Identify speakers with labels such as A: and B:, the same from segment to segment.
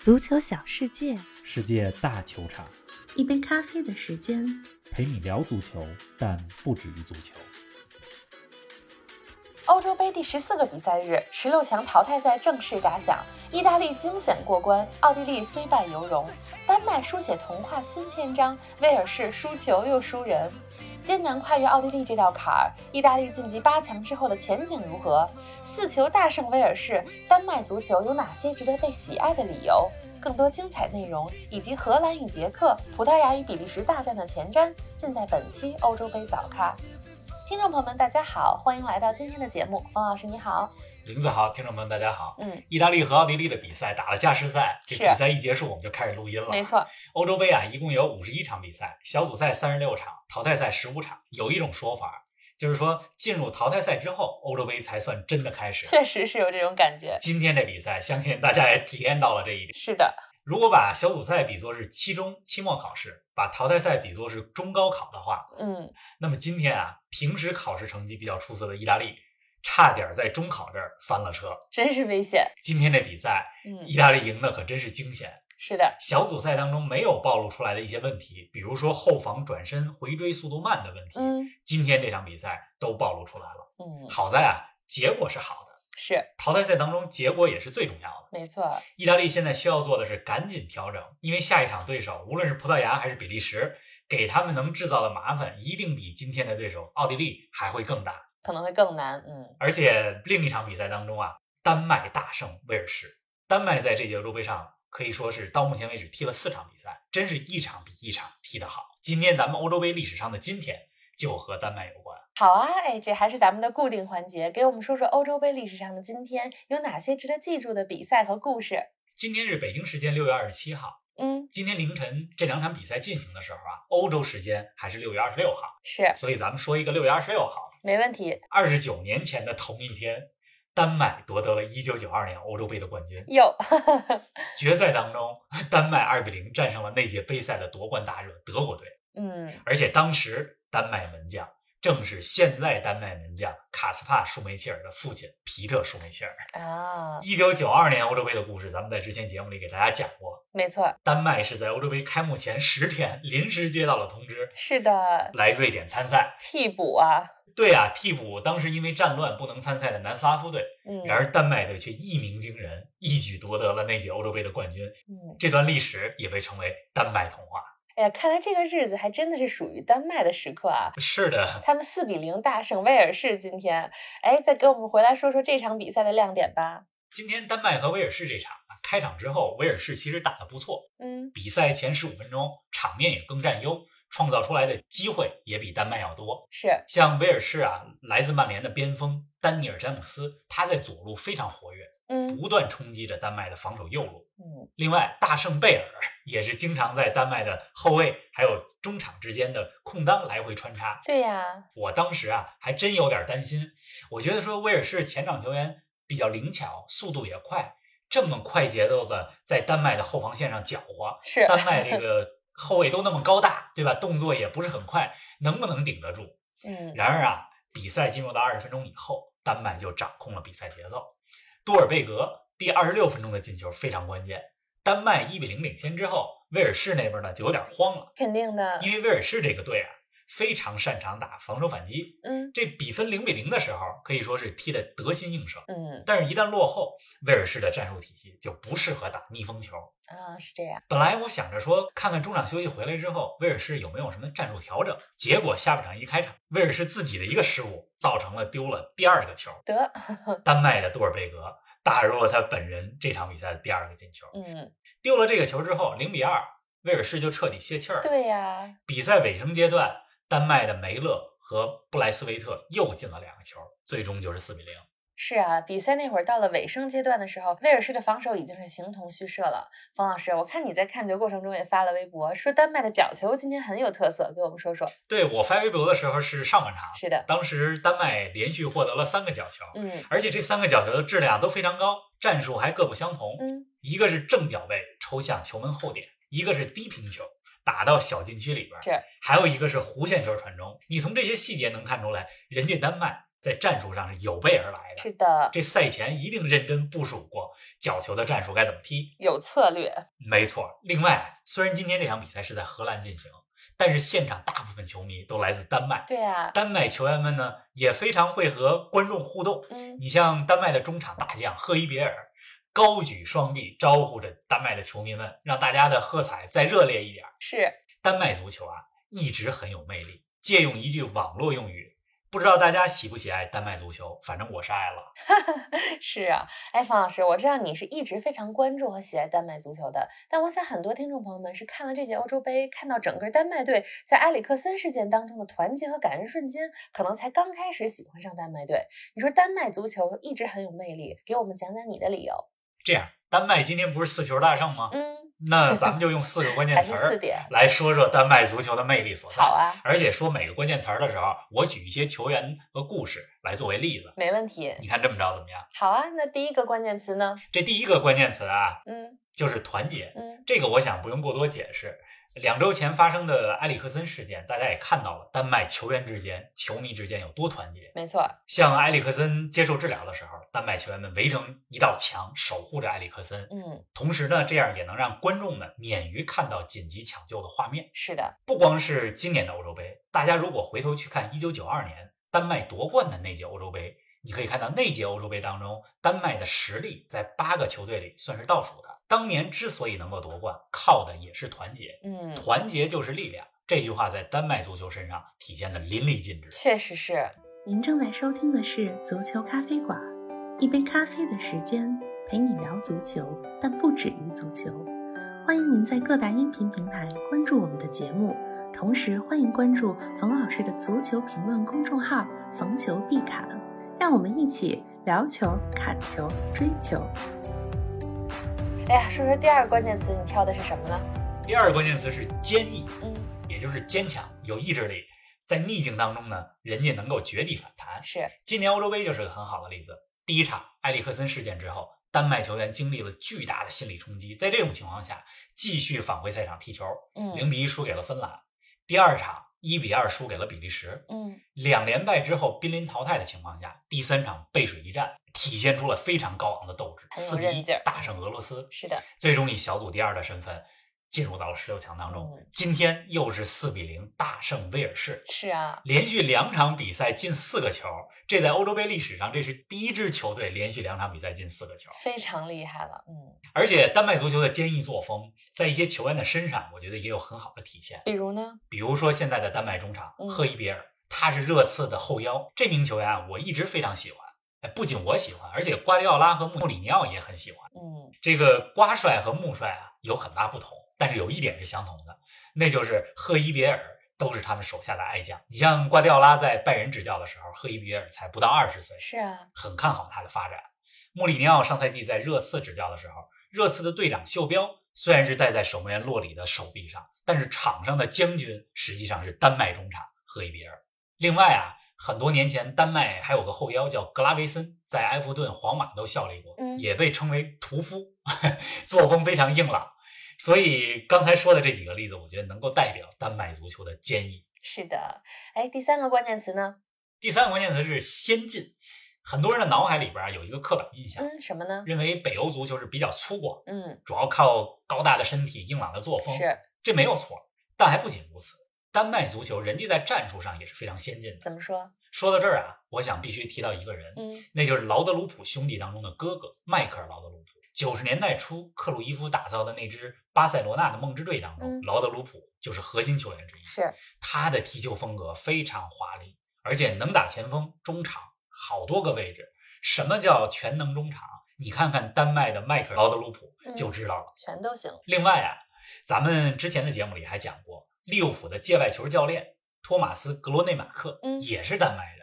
A: 足球小世界，
B: 世界大球场，
A: 一杯咖啡的时间。
B: 陪你聊足球，但不止于足球。
C: 欧洲杯第十四个比赛日，十六强淘汰赛正式打响，意大利惊险过关，奥地利虽败犹荣，丹麦书写童话新篇章，威尔士输球又输人。艰难跨越奥地利这道坎儿，意大利晋级八强之后的前景如何？四球大胜威尔士，丹麦足球有哪些值得被喜爱的理由？更多精彩内容以及荷兰与捷克、葡萄牙与比利时大战的前瞻，尽在本期欧洲杯早咖。听众朋友们，大家好，欢迎来到今天的节目。冯老师你好，
B: 林子好，听众朋友们大家好。
C: 嗯，
B: 意大利和奥地利的比赛打了加时赛，这
C: 是
B: 比赛一结束我们就开始录音了。
C: 没，错，
B: 欧洲杯啊，一共有五十一场比赛，小组赛三十六场，淘汰赛十五场。有一种说法就是说，进入淘汰赛之后，欧洲杯才算真的开始。
C: 确实是有这种感觉。
B: 今天这比赛，相信大家也体验到了这一点。
C: 是的，
B: 如果把小组赛比作是期中、期末考试，把淘汰赛比作是中高考的话，
C: 嗯，
B: 那么今天啊，平时考试成绩比较出色的意大利，差点在中考这儿翻了车。
C: 真是危险。
B: 今天这比赛，
C: 嗯，
B: 意大利赢的可真是惊险。
C: 是的，
B: 小组赛当中没有暴露出来的一些问题，比如说后防转身、回追速度慢的问题，
C: 嗯
B: 今天这场比赛都暴露出来了。
C: 嗯，
B: 好在啊，结果是好的。
C: 是
B: 淘汰赛当中，结果也是最重要的。
C: 没错。
B: 意大利现在需要做的是赶紧调整，因为下一场对手无论是葡萄牙还是比利时，给他们能制造的麻烦一定比今天的对手奥地利还会更大。
C: 可能会更难。嗯，
B: 而且另一场比赛当中啊，丹麦大胜威尔士，丹麦在这届欧洲杯上可以说是到目前为止踢了四场比赛，真是一场比一场踢得好。今天咱们欧洲杯历史上的今天就和丹麦有关。
C: 好啊，哎，这还是咱们的固定环节，给我们说说欧洲杯历史上的今天有哪些值得记住的比赛和故事。
B: 今天是北京时间六月二十七号，
C: 嗯，
B: 今天凌晨这两场比赛进行的时候啊，欧洲时间还是六月二十六号。
C: 是
B: 所以咱们说一个六月二十六号，
C: 没问题。
B: 二十九年前的同一天，丹麦夺得了一九九二年欧洲杯的冠军。
C: 哟，
B: 决赛当中，丹麦二比零战胜了那届杯赛的夺冠大热德国队，
C: 嗯，
B: 而且当时丹麦门将正是现在丹麦门将卡斯帕舒梅切尔的父亲皮特舒梅切尔。
C: 啊，
B: 一九九二年欧洲杯的故事，咱们在之前节目里给大家讲过。
C: 没错，
B: 丹麦是在欧洲杯开幕前十天临时接到了通知，
C: 是的，
B: 来瑞典参赛。
C: 替补啊，
B: 对啊，替补当时因为战乱不能参赛的南斯拉夫队，
C: 嗯，
B: 然而丹麦队却一鸣惊人，一举夺得了那届欧洲杯的冠军。
C: 嗯，
B: 这段历史也被称为丹麦童话。
C: 哎呀，看来这个日子还真的是属于丹麦的时刻啊。
B: 是的，
C: 他们四比零大胜威尔士，今天，哎，再给我们回来说说这场比赛的亮点吧。
B: 今天丹麦和威尔士这场啊开场之后，威尔士其实打得不错，
C: 嗯，
B: 比赛前十五分钟场面也更占优，创造出来的机会也比丹麦要多。
C: 是，
B: 像威尔士啊，来自曼联的边锋丹尼尔·詹姆斯，他在左路非常活跃，
C: 嗯
B: 不断冲击着丹麦的防守右路。
C: 嗯，
B: 另外，大圣贝尔也是经常在丹麦的后卫还有中场之间的空当来回穿插。
C: 对呀、
B: 我当时啊，还真有点担心。我觉得说威尔士前场球员比较灵巧，速度也快，这么快节奏的在丹麦的后防线上搅和，
C: 是，
B: 丹麦这个后卫都那么高大，对吧？动作也不是很快，能不能顶得住？
C: 嗯，
B: 然而啊，比赛进入到二十分钟以后，丹麦就掌控了比赛节奏。多尔贝格第二十六分钟的进球非常关键，丹麦一比零领先之后，威尔士那边呢就有点慌了，
C: 肯定的，
B: 因为威尔士这个队啊非常擅长打防守反击，
C: 嗯
B: 这比分零比零的时候可以说是踢得得心应手。
C: 嗯
B: 但是，一旦落后，威尔士的战术体系就不适合打逆风球。
C: 啊，是这样，
B: 本来我想着说，看看中场休息回来之后，威尔士有没有什么战术调整。结果下半场一开场，威尔士自己的一个失误，造成了丢了第二个球。
C: 得，
B: 丹麦的多尔贝格打入了他本人这场比赛的第二个进球。
C: 嗯，
B: 丢了这个球之后，零比二，威尔士就彻底泄气儿。
C: 对呀，
B: 比赛尾声阶段，丹麦的梅勒和布莱斯维特又进了两个球，最终就是四比零。
C: 是啊，比赛那会儿到了尾声阶段的时候，威尔士的防守已经是形同虚设了。冯老师，我看你在看球过程中也发了微博，说丹麦的角球今天很有特色，给我们说说。
B: 对我发微博的时候是上半场，
C: 是的，
B: 当时丹麦连续获得了三个角球。
C: 嗯
B: 而且这三个角球的质量都非常高，战术还各不相同。
C: 嗯，
B: 一个是正角位抽向球门后点，一个是低平球打到小禁区里边，
C: 是
B: 还有一个是弧线球传中。你从这些细节能看出来，人家丹麦在战术上是有备而来的。
C: 是的，
B: 这赛前一定认真部署过角球的战术该怎么踢。
C: 有策略，
B: 没错。另外，虽然今天这场比赛是在荷兰进行，但是现场大部分球迷都来自丹麦。
C: 对啊，
B: 丹麦球员们呢也非常会和观众互动。
C: 嗯，
B: 你像丹麦的中场大将赫伊别尔，高举双臂招呼着丹麦的球迷们，让大家的喝彩再热烈一点。
C: 是
B: 丹麦足球啊，一直很有魅力。借用一句网络用语，不知道大家喜不喜爱丹麦足球，反正我是爱了。
C: 是啊，哎，方老师，我知道你是一直非常关注和喜爱丹麦足球的，但我想很多听众朋友们是看了这届欧洲杯，看到整个丹麦队在埃里克森事件当中的团结和感人瞬间，可能才刚开始喜欢上丹麦队。你说丹麦足球一直很有魅力，给我们讲讲你的理由。
B: 这样，丹麦今天不是四球大胜吗？
C: 嗯，
B: 那咱们就用四个关 键
C: 还
B: 词
C: 是四
B: 儿
C: 点。
B: 来说说丹麦足球的魅力所在。
C: 好啊，
B: 而且说每个关键词儿的时候，我举一些球员和故事来作为例子。
C: 没问题。
B: 你看这么着怎么样？
C: 好啊，那第一个关键词呢？
B: 这第一个关键词啊，
C: 嗯
B: 就是团结。
C: 嗯，
B: 这个我想不用过多解释。两周前发生的埃里克森事件，大家也看到了，丹麦球员之间、球迷之间有多团结。
C: 没错，
B: 像埃里克森接受治疗的时候，丹麦球员们围成一道墙，守护着埃里克森。
C: 嗯，
B: 同时呢，这样也能让观众们免于看到紧急抢救的画面。
C: 是的，
B: 不光是今年的欧洲杯，大家如果回头去看1992年丹麦夺冠的那届欧洲杯，你可以看到那届欧洲杯当中，丹麦的实力在八个球队里算是倒数的。当年之所以能够夺冠，靠的也是团结，
C: 嗯，
B: 团结就是力量。这句话在丹麦足球身上体现的淋漓尽致。
C: 确实是。
A: 您正在收听的是《足球咖啡馆》，一杯咖啡的时间陪你聊足球，但不止于足球。欢迎您在各大音频平台关注我们的节目，同时欢迎关注冯老师的足球评论公众号“冯球必侃”，让我们一起聊球、砍球、追球。
C: 哎呀，说说第二个关键词，你挑的是什么呢？
B: 第二个关键词是坚毅，
C: 嗯，
B: 也就是坚强、有意志力，在逆境当中呢，人家能够绝地反弹。
C: 是，
B: 今年欧洲杯就是个很好的例子。第一场埃里克森事件之后，丹麦球员经历了巨大的心理冲击，在这种情况下，继续返回赛场踢球，零
C: 嗯
B: 比一输给了芬兰。第二场一比二输给了比利时，
C: 嗯，
B: 两连败之后濒临淘汰的情况下，第三场背水一战，体现出了非常高昂的斗志，
C: 很有
B: 四比一
C: 韧劲儿
B: 大胜俄罗斯，
C: 是的，
B: 最终以小组第二的身份进入到了十六强当中
C: 嗯。
B: 今天又是四比零大胜威尔士，
C: 是啊，
B: 连续两场比赛进四个球，这在欧洲杯历史上这是第一支球队连续两场比赛进四个球。
C: 非常厉害了。嗯，
B: 而且丹麦足球的坚毅作风，在一些球员的身上，我觉得也有很好的体现。
C: 比如呢？
B: 比如说现在的丹麦中场
C: 嗯
B: 赫伊别尔，他是热刺的后腰，这名球员啊，我一直非常喜欢。哎不仅我喜欢，而且瓜迪奥拉和穆里尼奥也很喜欢。
C: 嗯，
B: 这个瓜帅和穆帅啊有很大不同，但是有一点是相同的，那就是赫伊别尔都是他们手下的爱将。你像瓜迪奥拉在拜仁执教的时候，赫伊别尔才不到二十岁，
C: 是啊，
B: 很看好他的发展。穆里尼奥上赛季在热刺执教的时候，热刺的队长袖标虽然是戴在守门员洛里的手臂上，但是场上的将军实际上是丹麦中场赫伊别尔。另外啊，很多年前丹麦还有个后腰叫格拉维森，在埃弗顿、皇马都效力过，
C: 嗯
B: 也被称为屠夫， 作风非常硬朗。所以刚才说的这几个例子，我觉得能够代表丹麦足球的坚毅。
C: 是的。哎，第三个关键词呢？
B: 第三个关键词是先进。很多人的脑海里边啊有一个刻板印象，
C: 嗯，什么呢？
B: 认为北欧足球是比较粗犷，
C: 嗯，
B: 主要靠高大的身体、硬朗的作风，
C: 是，
B: 这没有错。但还不仅如此，丹麦足球人家在战术上也是非常先进的。
C: 怎么说？
B: 说到这儿啊，我想必须提到一个人，
C: 嗯，
B: 那就是劳德鲁普兄弟当中的哥哥迈克尔·劳德鲁普。九十年代初，克鲁伊夫打造的那支巴塞罗那的梦之队当中，
C: 嗯
B: 劳德鲁普就是核心球员之一。
C: 是，
B: 他的踢球风格非常华丽，而且能打前锋、中场好多个位置。什么叫全能中场？你看看丹麦的迈克尔劳德鲁普
C: 嗯
B: 就知道了。
C: 全都行。
B: 另外啊，咱们之前的节目里还讲过，利物浦的界外球教练托马斯·格罗内马克
C: 嗯
B: 也是丹麦人。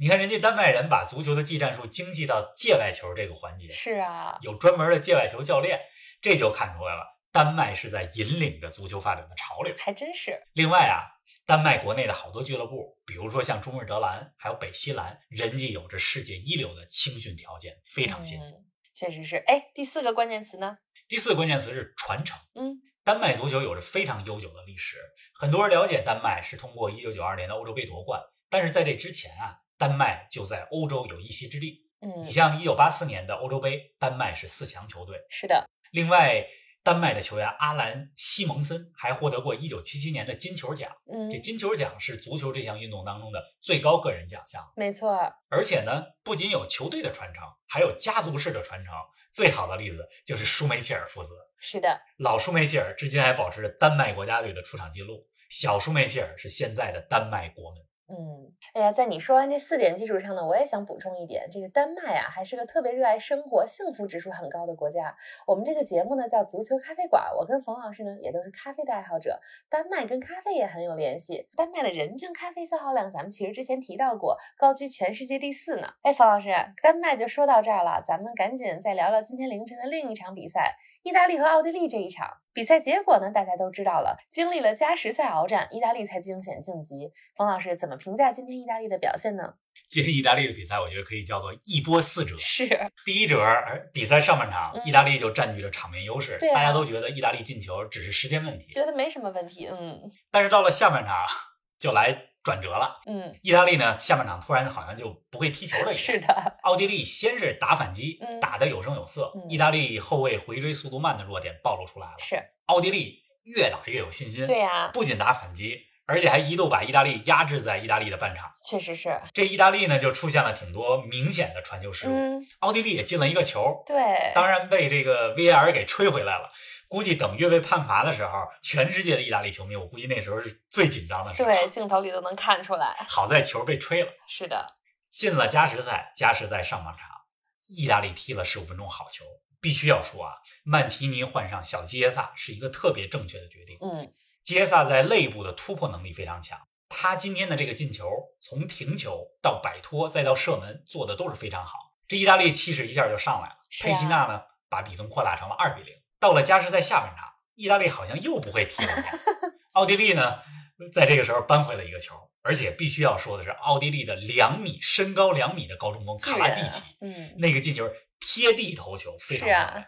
B: 你看人家丹麦人把足球的技战术精细到界外球这个环节，
C: 是啊，
B: 有专门的界外球教练，这就看出来了，丹麦是在引领着足球发展的潮流。
C: 还真是。
B: 另外啊，丹麦国内的好多俱乐部，比如说像中日德兰，还有北西兰，人家有着世界一流的青训条件，非常先进。
C: 嗯，确实是。哎，第四个关键词呢？
B: 第四个关键词是传承。
C: 嗯，
B: 丹麦足球有着非常悠久的历史，很多人了解丹麦是通过1992年的欧洲杯夺冠，但是在这之前啊，丹麦就在欧洲有一席之地。
C: 嗯
B: 你，像一九八四年的欧洲杯，丹麦是四强球队。
C: 是的，
B: 另外，丹麦的球员阿兰·西蒙森还获得过一九七七年的金球奖。
C: 嗯
B: 这，金球奖是足球这项运动当中的最高个人奖项，
C: 没错，
B: 而且呢，不仅有球队的传承，还有家族式的传承。最好的例子就是舒梅切尔父子，
C: 是的，
B: 老舒梅切尔至今还保持着丹麦国家队的出场记录，小舒梅切尔是现在的丹麦国门。
C: 嗯，哎呀，在你说完这四点基础上呢，我也想补充一点，这个丹麦啊，还是个特别热爱生活、幸福指数很高的国家。我们这个节目呢叫足球咖啡馆，我跟冯老师呢也都是咖啡的爱好者，丹麦跟咖啡也很有联系。丹麦的人均咖啡消耗量，咱们其实之前提到过，高居全世界第四呢。哎，冯老师，丹麦就说到这儿了，咱们赶紧再聊聊今天凌晨的另一场比赛，意大利和奥地利这一场。比赛结果呢，大家都知道了。经历了加时赛鏖战，意大利才惊险晋级。冯老师怎么评价今天意大利的表现呢？
B: 今天意大利的比赛，我觉得可以叫做一波四折。
C: 是，
B: 第一折，而比赛上半场
C: 嗯，
B: 意大利就占据了场面优势，
C: 对啊
B: 大家都觉得意大利进球只是时间问题。
C: 觉得没什么问题。嗯
B: 但是到了下半场，就来转折了。
C: 嗯，
B: 意大利呢，下半场突然好像就不会踢球了一样。
C: 是的，
B: 奥地利先是打反击，
C: 嗯
B: 打得有声有色，
C: 嗯
B: 意大利后卫回追速度慢的弱点暴露出来了。
C: 是
B: 奥地利越打越有信心，
C: 对啊呀、
B: 不仅打反击，而且还一度把意大利压制在意大利的半场。
C: 确实是。
B: 这意大利呢，就出现了挺多明显的传球失误。
C: 嗯，
B: 奥地利也进了一个球，
C: 对，
B: 当然被这个 VAR 给吹回来了。估计等越位判罚的时候，全世界的意大利球迷，我估计那时候是最紧张的时候。
C: 对，镜头里都能看出来。
B: 好在球被吹了，
C: 是的，
B: 进了加时赛，加时赛上半场，意大利踢了十五分钟好球。必须要说啊，曼奇尼换上小基耶萨是一个特别正确的决定。
C: 嗯，
B: 基耶萨在内部的突破能力非常强，他今天的这个进球，从停球到摆脱，再到射门，做的都是非常好。这意大利气势一下就上来了。
C: 是啊
B: 佩西纳呢，把比分扩大成了二比零。到了加时赛下半场，意大利好像又不会踢 了一样。奥地利呢，在这个时候扳回了一个球，而且必须要说的是，奥地利的两米身高两米的高中锋卡拉季奇，
C: 嗯，
B: 那个进球贴地头球非常
C: 是啊
B: 漂亮。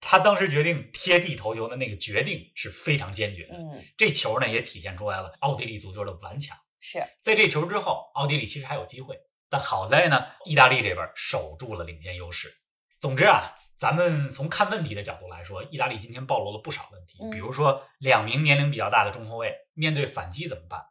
B: 他当时决定贴地头球的那个决定是非常坚决的，
C: 嗯，
B: 这球呢也体现出来了奥地利足球的顽强。
C: 是，
B: 在这球之后，奥地利其实还有机会，但好在呢，意大利这边守住了领先优势。总之啊，咱们从看问题的角度来说，意大利今天暴露了不少问题
C: 嗯，
B: 比如说两名年龄比较大的中后卫面对反击怎么办，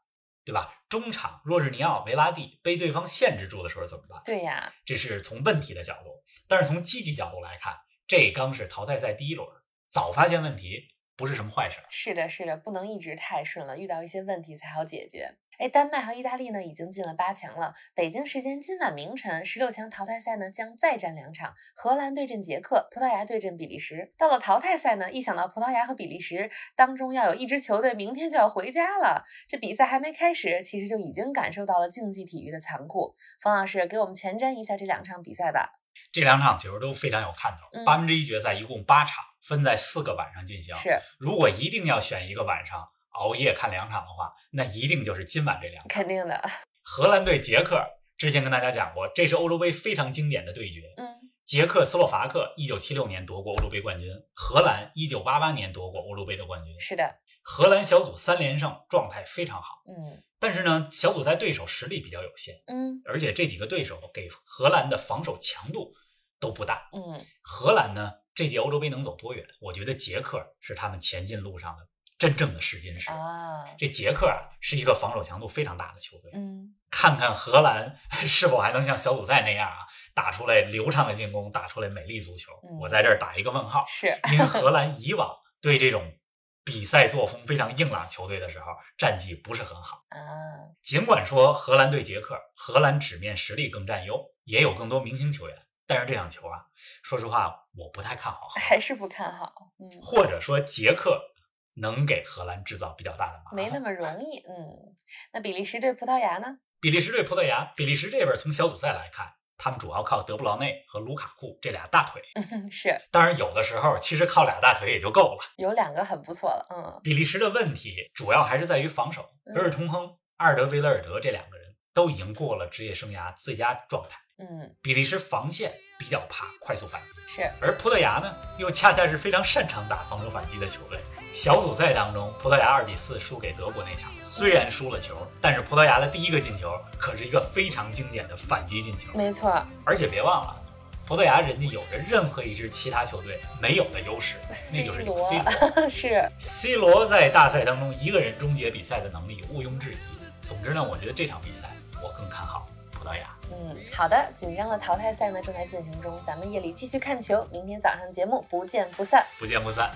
B: 对吧？中场若日尼奥、维拉蒂被对方限制住的时候怎么办？
C: 对呀、
B: 这是从问题的角度，但是从积极角度来看，这刚是淘汰赛第一轮，早发现问题不是什么坏事儿。
C: 是的，是的，不能一直太顺了，遇到一些问题才好解决。哎，丹麦和意大利呢已经进了八强了。北京时间今晚凌晨，十六强淘汰赛呢将再战两场，荷兰对阵捷克，葡萄牙对阵比利时。到了淘汰赛呢，一想到葡萄牙和比利时当中要有一支球队明天就要回家了，这比赛还没开始，其实就已经感受到了竞技体育的残酷。方老师，给我们前瞻一下这两场比赛吧。
B: 这两场球都非常有看头
C: 嗯，
B: 八分之一决赛一共八场，分在四个晚上进行。
C: 是，
B: 如果一定要选一个晚上熬夜看两场的话，那一定就是今晚这两场。
C: 肯定的。
B: 荷兰对捷克，之前跟大家讲过，这是欧洲杯非常经典的对决。
C: 嗯，
B: 捷克斯洛伐克一九七六年夺过欧洲杯冠军，荷兰一九八八年夺过欧洲杯的冠军。
C: 是的，
B: 荷兰小组三连胜，状态非常好。
C: 嗯
B: 但是呢，小组赛对手实力比较有限，
C: 嗯
B: 而且这几个对手给荷兰的防守强度都不大。
C: 嗯，
B: 荷兰呢，这届欧洲杯能走多远？我觉得捷克是他们前进路上的真正的试金石。
C: 啊，
B: 这捷克啊，是一个防守强度非常大的球队，
C: 嗯。
B: 看看荷兰 是否还能像小组赛那样啊，打出来流畅的进攻，打出来美丽足球
C: 嗯。
B: 我在这儿打一个 问号，
C: 是，
B: 因为荷兰以往对这种比赛作风非常硬朗球队的时候，战绩不是很好。
C: 啊，
B: 尽管说荷兰对捷克，荷兰纸面实力更占优，也有更多明星球员，但是这场球啊，说实话我不太看好荷
C: 还
B: 兰，
C: 是不看好，嗯，
B: 或者说捷克能给荷兰制造比较大的麻烦。
C: 没那么容易，嗯。那比利时对葡萄牙呢？
B: 比利时对葡萄牙，比利时这边从小组赛来看，他们主要靠德布劳内和卢卡库这俩大腿，
C: 嗯是
B: 当然有的时候其实靠俩大腿也就够了。
C: 有两个很不错了，嗯，
B: 比利时的问题主要还是在于防守，
C: 嗯
B: 德尔通亨、阿尔德维勒尔德这两个人都已经过了职业生涯最佳状态。
C: 嗯，
B: 比利时防线比较怕快速反击，
C: 是
B: 而葡萄牙呢，又恰恰是非常擅长打防守反击的球队。小组赛当中，葡萄牙二比四输给德国那场，虽然输了球，但是葡萄牙的第一个进球可是一个非常经典的反击进球。
C: 没错，
B: 而且别忘了，葡萄牙人家有着任何一支其他球队没有的优势，那就是有 C 罗。
C: 是
B: C 罗在大赛当中一个人终结比赛的能力毋庸置疑。总之呢，我觉得这场比赛我更看好葡萄牙。
C: 嗯，好的，紧张的淘汰赛呢正在进行中，咱们夜里继续看球，明天早上节目不见不散。
B: 不见不散。